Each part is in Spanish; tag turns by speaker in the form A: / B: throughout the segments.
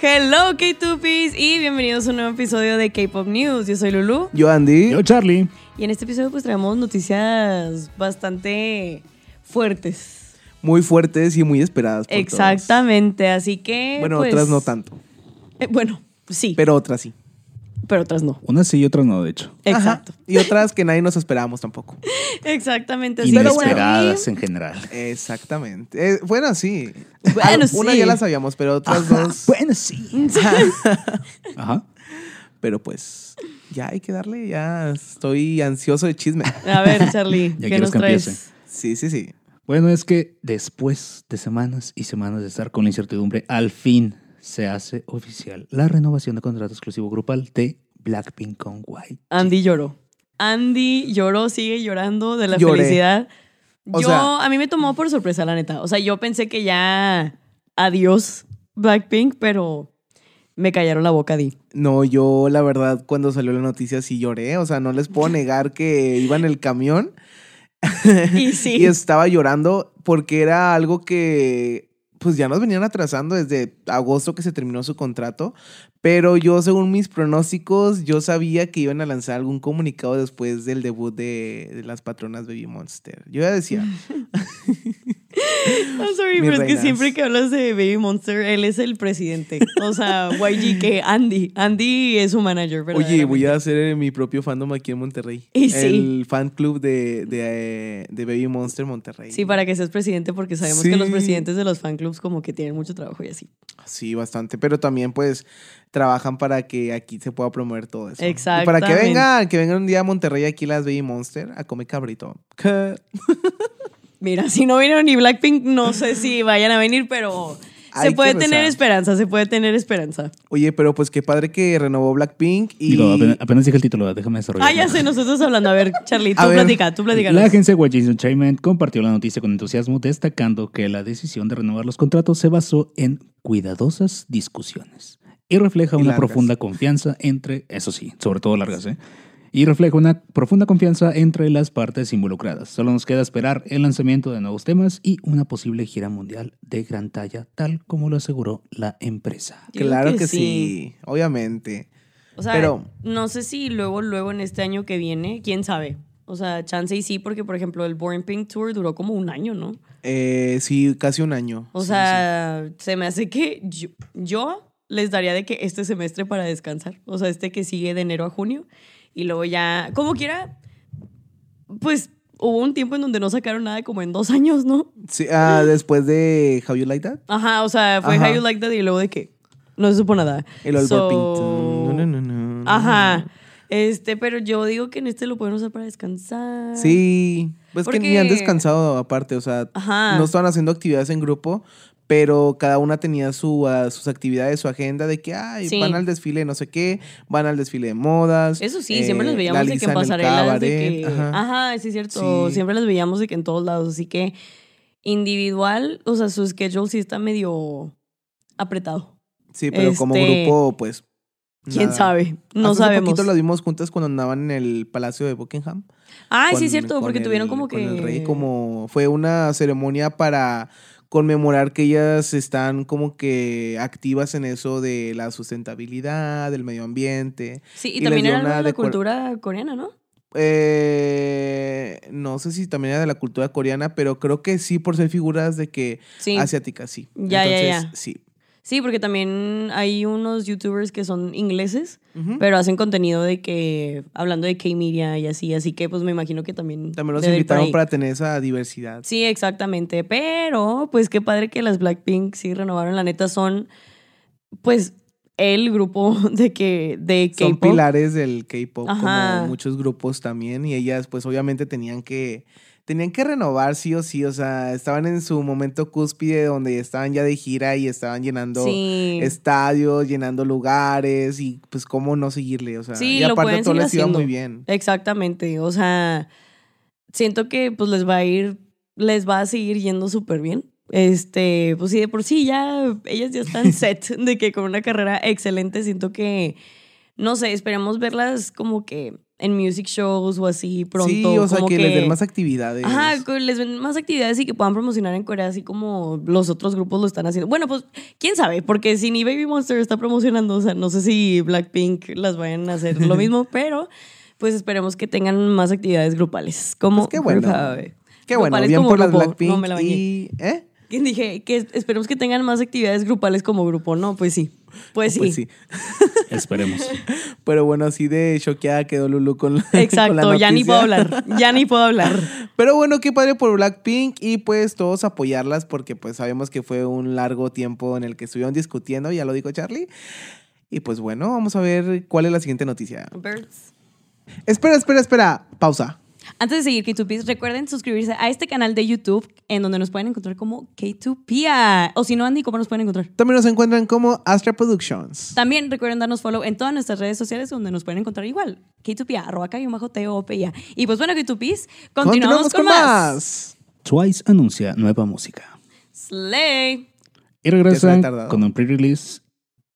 A: Hello K-Tupies y bienvenidos a un nuevo episodio de K-Pop News. Yo soy Lulu
B: Yo, Andy.
C: Yo, Charlie.
A: y en este episodio pues traemos noticias bastante fuertes.
B: Muy fuertes y muy esperadas. por todos.
A: Exactamente, así que...
B: Bueno,
A: pues,
B: otras no tanto,
A: eh, bueno, sí, pero,
B: pero otras sí.
A: otras no.
C: Unas sí y otras no, de hecho.
B: Ajá.
A: Exacto.
B: Y otras que nadie nos esperábamos tampoco.
A: Exactamente. Así que bueno,
C: Inesperadas en general.
B: Exactamente. Eh, bueno, sí.
A: Bueno,
B: Al- Una
A: sí.
B: ya la sabíamos, pero otras dos.
C: Bueno, sí. Ajá.
B: Pero pues, ya hay que darle, ya estoy ansioso de chisme.
A: A ver, Charlie,
C: Ya
A: ¿qué
C: quieres
A: nos
C: que
A: traes?
C: empiece.
B: Sí, sí, sí.
C: Bueno, es que después de semanas y semanas de estar con la incertidumbre, al fin se hace oficial la renovación de contrato exclusivo grupal de Blackpink con White.
A: Andy lloró. Andy lloró, sigue llorando de la
B: Lloré.
A: felicidad.
B: O
A: yo,
B: sea-
A: a mí me tomó por sorpresa, la neta. O sea, yo pensé que ya adiós Blackpink, pero me callaron la boca, Di.
B: No, yo la verdad cuando salió la noticia sí lloré, o sea, no les puedo negar que iba en el camión
A: Y sí.
B: y estaba llorando porque era algo que pues ya nos venían atrasando desde agosto que se terminó su contrato, pero yo según mis pronósticos yo sabía que iban a lanzar algún comunicado después del debut de, de las patronas Baby Monster. Yo ya decía,
A: I'm sorry,
B: mis
A: pero es que
B: reinas.
A: siempre que hablas de Baby Monster, él es el presidente. O sea, YG, que Andy. Andy es su manager, ¿verdad?
B: oye, voy a hacer eh, mi propio fandom aquí en Monterrey,
A: Mm, Y sí.
B: el fan club de, de, eh, de Baby Monster Monterrey.
A: Sí, para que seas presidente, porque sabemos que
B: Sí.
A: los presidentes de los fan clubs como que tienen mucho trabajo y así.
B: Sí, bastante, pero también pues trabajan para que aquí se pueda promover todo eso. Y Para que
A: Exactamente.
B: vengan, que vengan un día a Monterrey aquí las Baby Monster a comer cabrito. ¿Qué?
A: Mira, si no vinieron ni Blackpink, no sé si vayan a venir, pero
B: Hay
A: se
B: que
A: puede tener
B: rezar.
A: esperanza, se puede tener esperanza.
B: Oye, pero pues qué padre que renovó Blackpink y
C: Digo, apenas, apenas dije el título, déjame desarrollar.
A: Ah, ya sé, nosotros hablando. A ver, Charlie, tú
B: A ver,
A: platica, tú
C: La
A: platícanos.
C: agencia YG Entertainment compartió la noticia con entusiasmo, destacando que la decisión de renovar los contratos se basó en cuidadosas discusiones y refleja
B: Y
C: una
B: largas.
C: profunda confianza entre, eso sí, sobre todo largas, ¿eh? Y refleja una profunda confianza entre las partes involucradas. Solo nos queda esperar el lanzamiento de nuevos temas y una posible gira mundial de gran talla, tal como lo aseguró la empresa.
A: Yo digo
B: claro
A: que
B: que, sí. obviamente.
A: O sea,
B: Pero-
A: no sé si luego, luego en este año que viene, quién sabe. O sea, chance y sí, porque por ejemplo el Born Pink Tour duró como un año, ¿no?
B: Eh, sí, casi un año.
A: O
B: Sí,
A: sea, se me hace que yo, yo les daría de que este semestre para descansar, o sea, este que sigue de enero a junio, y luego ya, como quiera, pues hubo un tiempo en donde no sacaron nada como en dos años, ¿no?
B: sí. Sí,
A: eh.
B: ah, después de How You Like That,
A: Ajá, o sea, fue
B: Ajá.
A: How You Like That y luego de que no se supo nada.
B: el All
A: So-
B: Pink. No, no, no, no, no.
A: Ajá, este, pero yo digo que en este lo pueden usar para descansar.
B: Sí, pues que ni han
A: Porque-
B: descansado aparte, o sea,
A: Ajá.
B: no estaban haciendo actividades en grupo, pero cada una tenía su, ah, sus actividades, su agenda de que, ay,
A: Sí.
B: van al desfile de no sé qué, van al desfile de modas.
A: Eso sí, siempre los
B: eh,
A: veíamos
B: la
A: de que
B: Lisa
A: en
B: el
A: pasarelas, de
B: cabaret,
A: que...
B: ajá.
A: Ajá, sí es cierto.
B: Sí.
A: Siempre los veíamos de que en todos lados. Así que individual, o sea, su schedule sí está medio apretado.
B: Sí, pero como
A: este,
B: grupo, pues...
A: ¿Quién
B: nada.
A: sabe? No
B: Hasta Hace
A: sabemos.
B: poquito las vimos juntas cuando andaban en el Palacio de Buckingham.
A: Ah, sí
B: con-
A: es cierto,
B: con
A: porque tuvieron
B: el-
A: como
B: con
A: que...
B: el rey como fue una ceremonia para conmemorar que ellas están como que activas en eso de la sustentabilidad, del medio ambiente.
A: Sí,
B: y
A: y,
B: les
A: también
B: dio
A: era algo
B: una
A: de la
B: decora-
A: cultura coreana, ¿no?
B: Eh, no sé si también era de la cultura coreana, pero creo que sí por ser figuras de que
A: Sí.
B: asiáticas, sí.
A: Ya, ya,
B: Entonces,
A: ya.
B: sí.
A: Sí, porque también hay unos youtubers que son ingleses,
B: Ujú.
A: pero hacen contenido de que... Hablando de K-Media y así, así que pues me imagino que también...
B: También los
A: debe ir por
B: invitaron
A: ahí.
B: para tener esa diversidad.
A: Sí, exactamente. Pero, pues qué padre que las Blackpink sí renovaron. La neta son, pues, el grupo de que de
B: Son
A: K-pop.
B: pilares del K-pop,
A: Ajá.
B: como muchos grupos también, y ellas pues obviamente tenían que, tenían que renovar sí o sí, o sea, estaban en su momento cúspide donde estaban ya de gira y estaban llenando
A: Sí.
B: estadios, llenando lugares, y pues cómo no seguirle, o sea,
A: Sí,
B: y
A: lo
B: aparte
A: pueden
B: todo
A: seguir
B: les
A: haciendo.
B: iba muy bien.
A: Exactamente. O sea, siento que pues les va a ir, les va a seguir yendo súper bien. Este, pues sí, de por sí ya, ellas ya están set de que con una carrera excelente, siento que, no sé, esperemos verlas como que en music shows o así pronto.
B: Sí, o sea,
A: como
B: que, les den más actividades.
A: Ajá, que les ven más actividades y que puedan promocionar en Corea así como los otros grupos lo están haciendo. Bueno, pues quién sabe, porque si ni Baby Monster está promocionando, o sea, no sé si Blackpink las vayan a hacer lo mismo, pero pues esperemos que tengan más actividades grupales. Como
B: Pues qué bueno.
A: Group Hub.
B: Qué bueno,
A: Grupales
B: bien
A: como
B: por las
A: grupo.
B: Blackpink
A: No, me la bañé.
B: y... ¿Eh?
A: ¿Quién dije? Que es- esperemos que tengan más actividades grupales como grupo, ¿no? Pues sí. Pues sí.
B: Pues sí.
C: Esperemos.
B: Pero bueno, así de choqueada quedó Lulu con la con la
A: Exacto, ya ni
B: noticia.
A: puedo hablar, ya ni puedo hablar.
B: Pero bueno, qué padre por Blackpink y pues todos apoyarlas porque pues sabemos que fue un largo tiempo en el que estuvieron discutiendo, ya lo dijo Charlie. Y pues bueno, vamos a ver cuál es la siguiente noticia.
A: Birds.
B: Espera, espera, espera, pausa.
A: Antes de seguir K2Ps, recuerden suscribirse a este canal de YouTube en donde nos pueden encontrar como K2Pia. O si no, Andy, ¿cómo nos pueden encontrar?
B: También nos encuentran como Astra Productions.
A: También recuerden darnos follow en todas nuestras redes sociales donde nos pueden encontrar igual. K2Pia, arroba k Y pues bueno, K2Ps, continuamos, con, más.
C: Twice anuncia nueva música.
A: Slay.
C: Y
B: Ya
C: regresa
B: se había tardado.
C: con un pre-release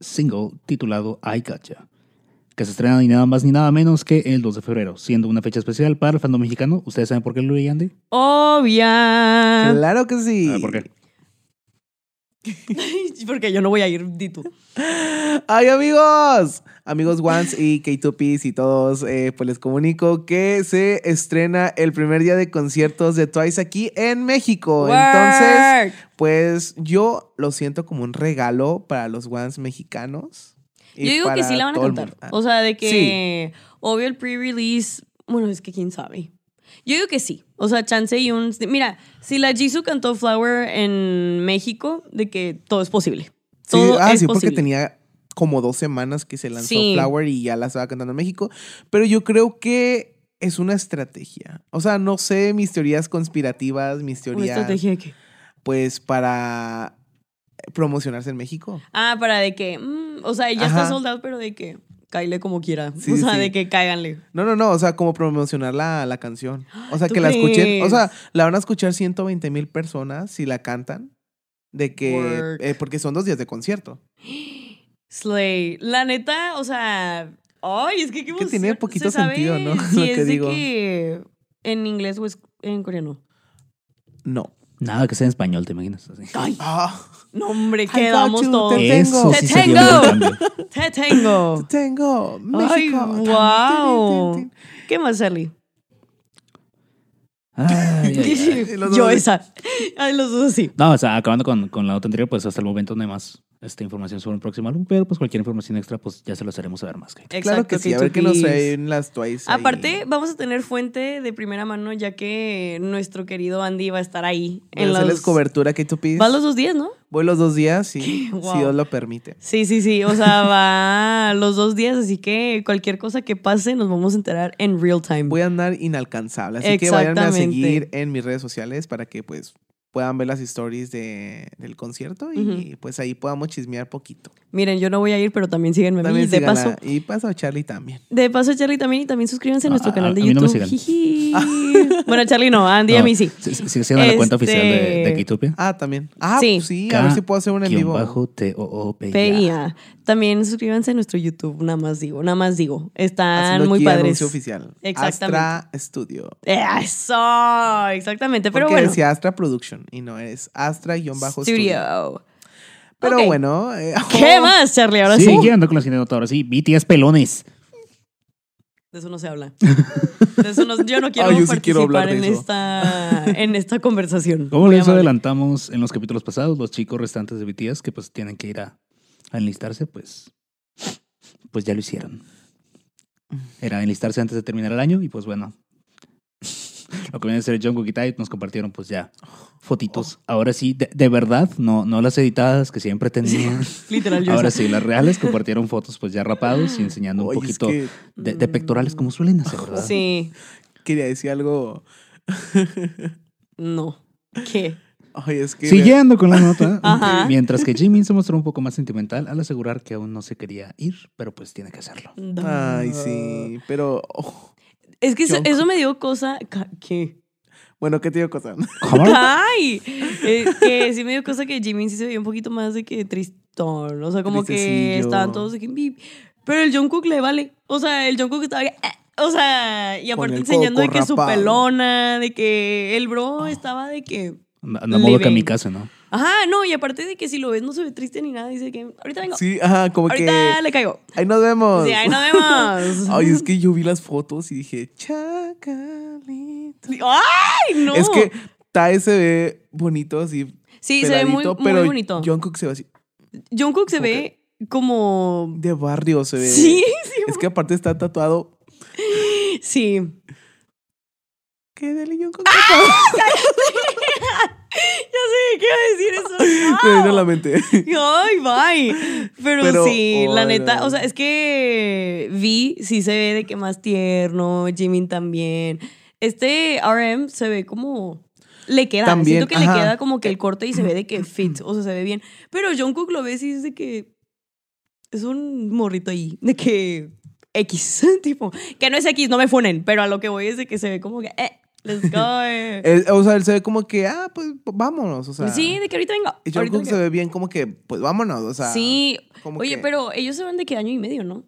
C: single titulado I Gotcha, que se estrena ni nada más ni nada menos que el 2 de febrero, siendo una fecha especial para el fandom mexicano. ¿Ustedes saben por qué lo leí, Andy?
A: Obvia.
B: Claro que sí.
C: Ah, ¿Por qué?
A: Porque yo no voy a ir, di tú.
B: Ay, amigos. Amigos Once y K2Ps y todos, eh, pues les comunico que se estrena el primer día de conciertos de Twice aquí en México. Entonces,
A: Work.
B: pues yo lo siento como un regalo para los Ones mexicanos. y
A: Yo digo que
B: para
A: sí la van a
B: todo el
A: cantar.
B: mundo. Ah,
A: O sea, de que obvio el pre-release, bueno, es que quién sabe. Yo digo que sí. O sea, chance y un mira, si la Jisoo cantó Flower en México, de que todo es posible.
B: sí,
A: Todo
B: ah,
A: es
B: sí,
A: posible.
B: porque tenía como dos semanas que se lanzó
A: Sí.
B: Flower y ya la estaba cantando en México. Pero yo creo que es una estrategia. O sea, no sé mis teorías conspirativas, mis
A: Una
B: teorías.
A: estrategia de que
B: pues para promocionarse en México.
A: Ah, para de que, mm, o sea, ya está
B: Ajá.
A: sold out, pero de que cáile como quiera.
B: Sí,
A: o sea,
B: sí.
A: de que cáiganle.
B: No, no, no, o sea, como promocionar la, la canción. O sea,
A: ¿Tú
B: que la escuchen, o
A: crees?
B: sea, la van a escuchar 120 mil personas si la cantan, de que,
A: Work.
B: eh, porque son dos días de concierto.
A: Slay. La neta, o sea. Ay, es que qué
B: Que
A: emoción.
B: tiene poquito
A: Se sabe
B: sentido, ¿no?
A: Si
B: Lo
A: es
B: que
A: de
B: digo.
A: que en inglés o es en coreano.
B: No.
C: Nada que sea en español, ¿te imaginas? Así.
A: Ay,
B: Ah,
A: no, hombre,
B: got
A: quedamos
B: you,
A: todos.
B: te-
C: Eso
B: tengo.
C: sí
A: Te
C: se vio un
A: tengo.
C: cambio.
A: Te tengo.
B: tengo
A: Ay,
B: México.
A: wow. ¿Qué más, Charlie?
C: Ay, ay, ay.
B: ay. Los
A: Yo
B: dos.
A: esa. Ay, los dos así.
C: No, o sea, acabando con, con la nota anterior, pues hasta el momento no hay más esta información sobre un próximo álbum, pero pues cualquier información extra, pues ya se los haremos saber más. Que...
B: Claro que
A: Exacto,
B: sí, a ver qué nos
A: K2Ps.
B: en las Twice. ahí.
A: Aparte, vamos a tener fuente de primera mano, ya que nuestro querido Andy va a estar ahí.
B: Voy a hacerles cobertura que tú pides.
A: Va a los dos días, ¿no?
B: Voy los dos días, y
A: Wow.
B: si Dios lo permite.
A: Sí, sí, sí. O sea, va los dos días, así que cualquier cosa que pase nos vamos a enterar en real time.
B: voy a andar inalcanzable. Así que vayan a
A: Exactamente.
B: seguir en mis redes sociales para que pues puedan ver las stories de, del concierto y pues ahí podamos chismear poquito.
A: Miren, yo no voy a ir, pero también síguenme a mí.
B: También
A: de
B: síganla.
A: paso,
B: Y paso a Charlie también.
A: de paso, Charlie también. Y también suscríbanse a
C: No,
A: nuestro
C: a-
A: canal de
C: a mí no me
A: YouTube.
C: sigan.
A: Jiji. bueno, Charlie no, Andy a
C: No,
A: mí sí.
C: ¿sí- sí- ¿Sigue siendo la
A: Este-
C: cuenta oficial de, de Kitopia?
B: Ah, también. Ah,
A: Sí.
B: sí, a ver si puedo hacer un en
C: Guión
B: vivo.
C: bajo T-O-O-P-I-A.
A: PIA. También suscríbanse a nuestro YouTube, nada más digo, nada más digo. Están
B: Haciendo
A: Ah, muy
B: aquí
A: padres.
B: anuncio oficial.
A: Exactamente.
B: Astra Studio.
A: Eso, exactamente. Pero
B: Porque
A: bueno,
B: decía Astra Production y no es Astra-Studio.
A: Studio.
B: Pero
A: Ok.
B: bueno. eh,
A: ¿Qué más, Charlie? Ahora sí.
C: Siguiendo con la siguiente nota, ahora sí, BTS pelones.
A: De eso no se habla. De eso no- yo no quiero
B: Ay, yo sí
A: participar
B: quiero hablar de
A: en,
B: eso.
A: esta, en esta conversación.
C: Como
A: Muy
C: les
A: amable.
C: adelantamos en los capítulos pasados, los chicos restantes de BTS que pues tienen que ir a, a enlistarse, pues, pues ya lo hicieron. Era enlistarse antes de terminar el año y pues bueno. Lo que viene a ser Jungkook y Tae nos compartieron pues ya fotitos. Ahora sí, de, de verdad, no, no las editadas que siempre tenían.
A: Literal, yo
C: Ahora
A: esa.
C: sí, las reales compartieron fotos pues ya rapados y enseñando
B: Oye,
C: un
B: es
C: poquito
B: que
C: de, de pectorales como suelen hacer, ¿verdad?
A: Sí,
B: quería decir algo.
A: no. ¿Qué?
B: Ay, es que...
C: Siguiendo con la nota,
A: Ajá.
C: mientras que Jimin se mostró un poco más sentimental al asegurar que aún no se quería ir, pero pues tiene que hacerlo.
B: Ay, sí. Pero... oh,
A: Es que eso,
B: Yonko.
A: eso me dio cosa. ca- ¿Qué?
B: Bueno, ¿qué te digo, cosa?
A: ¡Ay! Eh, que sí me dio cosa que Jimin sí se veía un poquito más de que tristón. O sea, como que
B: Tristecillo.
A: estaban todos de que. "Bi". Pero el Jungkook le vale. O sea, el Jungkook estaba. de que, "Eh, O sea, y aparte
B: el
A: enseñando de
B: coco
A: que su
B: rapado.
A: pelona, de que el bro estaba de que.
C: Anda- Anda modo
A: Living.
C: kamikaze, ¿no?
A: Ajá, no, y aparte de que si lo ves no se ve triste ni nada, dice que ahorita vengo.
B: Sí, ajá, como
A: ahorita
B: que.
A: le caigo.
B: Ahí nos vemos.
A: Sí, ahí nos vemos.
B: Ay, es que yo vi las fotos y dije, chacalito.
A: ¡Ay, no!
B: Es que Tae se ve bonito así.
A: Sí, se ve muy,
B: peladito,
A: muy
B: pero
A: bonito.
B: Jungkook se ve así.
A: Jungkook se
B: como
A: ve como...
B: De barrio se ve.
A: Sí, sí,
B: Es que aparte está tatuado.
A: sí.
B: ¿Qué dele Jungkook?
A: Ah. Ya sé qué iba a decir eso.
B: Me vino a la mente.
A: Ay, bye. Pero,
B: Pero,
A: sí, la
B: ay,
A: neta,
B: no.
A: o sea, es que Vi sí se ve de que más tierno, Jimin también. Este RM se ve como le queda,
B: También,
A: siento que le
B: ajá. Eh,
A: queda como que el corte y se ve de que fit, o sea, se ve bien. Pero Jungkook lo ves y es de que es un morrito ahí, de que X, tipo, que no es X, no me funen, pero a lo que voy es de que se ve como que eh, let's go. eh.
B: Él- o sea, él se ve como que, ah, pues vámonos. O sea,
A: sí, de que ahorita vengo.
B: Y
A: ahorita
B: Jungkook
A: vengo.
B: se ve bien como que, pues vámonos. O sea,
A: sí,
B: como
A: Oye,
B: que-
A: pero ellos se van de qué año y medio, ¿no?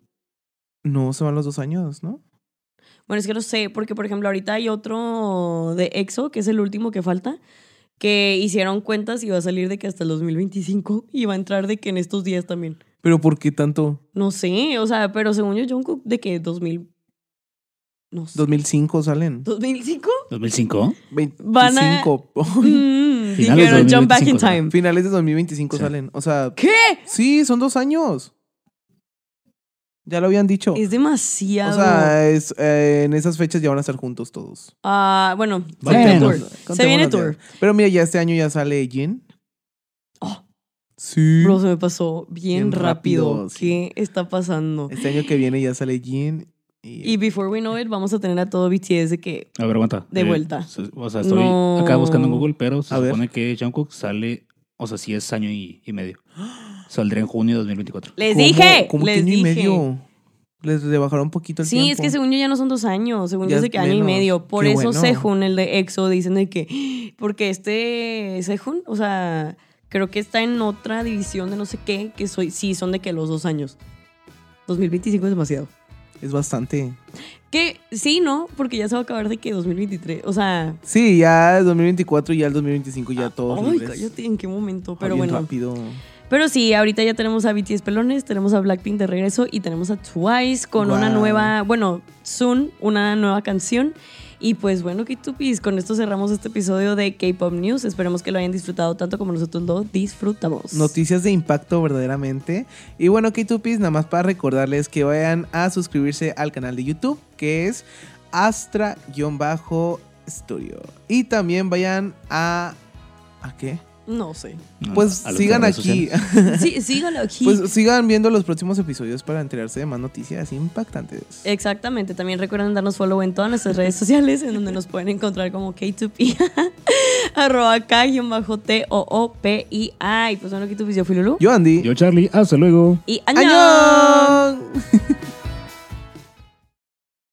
B: No, se van los dos años, ¿no?
A: Bueno, es que no sé, porque por ejemplo ahorita hay otro de EXO, que es el último que falta, que hicieron cuentas y va a salir de que hasta el 2025 y va a entrar de que en estos días también.
B: Pero ¿por qué tanto?
A: No sé, o sea, pero según yo, Jungkook, de que 2000... No sé.
B: 2005 salen.
A: ¿2005?
C: 2005.
B: 25.
A: Van a- Mm,
C: Finales de
A: dijeron Jump Back in
C: 2025,
A: Time.
B: Finales de 2025
C: Sí.
B: salen. O sea,
A: ¿Qué?
B: sí, son dos años. Ya lo habían dicho.
A: Es demasiado.
B: O sea, es, eh, en esas fechas ya van a estar juntos todos.
A: Ah, bueno, se
C: Bueno.
A: viene tour.
B: Contémonos-
A: Se viene
B: contémonos
A: tour.
B: ya. Pero mira, ya este año ya sale Jin.
A: Oh.
B: Sí.
A: Bro, se me pasó bien,
B: Bien
A: rápido.
B: rápido,
A: ¿Qué
B: sí.
A: está pasando?
B: Este año que viene ya sale Jin.
A: Y Before We Know It vamos a tener a todo BTS de que...
C: A ver, aguanta.
A: De vuelta.
C: so- O sea, estoy
A: No.
C: acá buscando en Google, pero se
B: A ver.
C: supone que Jungkook sale, o sea, sí es año y, y medio. Saldría en junio de 2024.
A: ¡Les
B: ¿Cómo-
A: dije!
B: cómo que
A: ¡Les
B: año
A: dije!
B: y medio? Les le bajaron un poquito el
A: Sí,
B: tiempo.
A: es que según yo ya no son dos años, según
B: Ya
A: yo
B: es
A: sé que año y
B: menos.
A: medio. Por
B: Qué
A: eso
B: bueno.
A: Sejun, el de EXO, dicen de que... Porque este Sejun, o sea, creo que está en otra división de no sé qué, que soy, sí, son de que los dos años. 2025 es demasiado.
B: Es bastante.
A: Que sí, ¿no? Porque ya se va a acabar de que 2023, o sea...
B: Sí, ya el 2024 y ya el 2025 ya todos
A: Ah, Ay,
B: libres.
A: cállate, ¿en qué momento?
B: Ah,
A: Pero
B: bien
A: bueno.
B: rápido.
A: Pero sí, ahorita ya tenemos a BTS Pelones, tenemos a Blackpink de regreso y tenemos a Twice con una
B: Guau.
A: nueva, bueno, soon, una nueva canción. Y pues bueno, Kitupis, con esto cerramos este episodio de K-Pop News. Esperemos que lo hayan disfrutado tanto como nosotros lo disfrutamos.
B: Noticias de impacto verdaderamente. Y bueno, K2Pis, nada más para recordarles que vayan a suscribirse al canal de YouTube, que es Astra-Studio. Y también vayan a... ¿A qué?
A: no sé.
C: No,
B: Pues
C: a los
B: sigan
C: redes
B: aquí.
C: sociales.
A: Sí, síganlo aquí.
B: pues sigan viendo los próximos episodios para enterarse de más noticias impactantes.
A: Exactamente, también recuerden darnos follow en todas nuestras redes sociales, en donde nos pueden encontrar como K2P, arroba K-T-O-O-P-I-A. Y pues bueno, Kitupis, yo fui Lulu.
B: Yo, Andy.
C: Yo, Charlie, hasta luego.
A: Y
B: ¡Añón!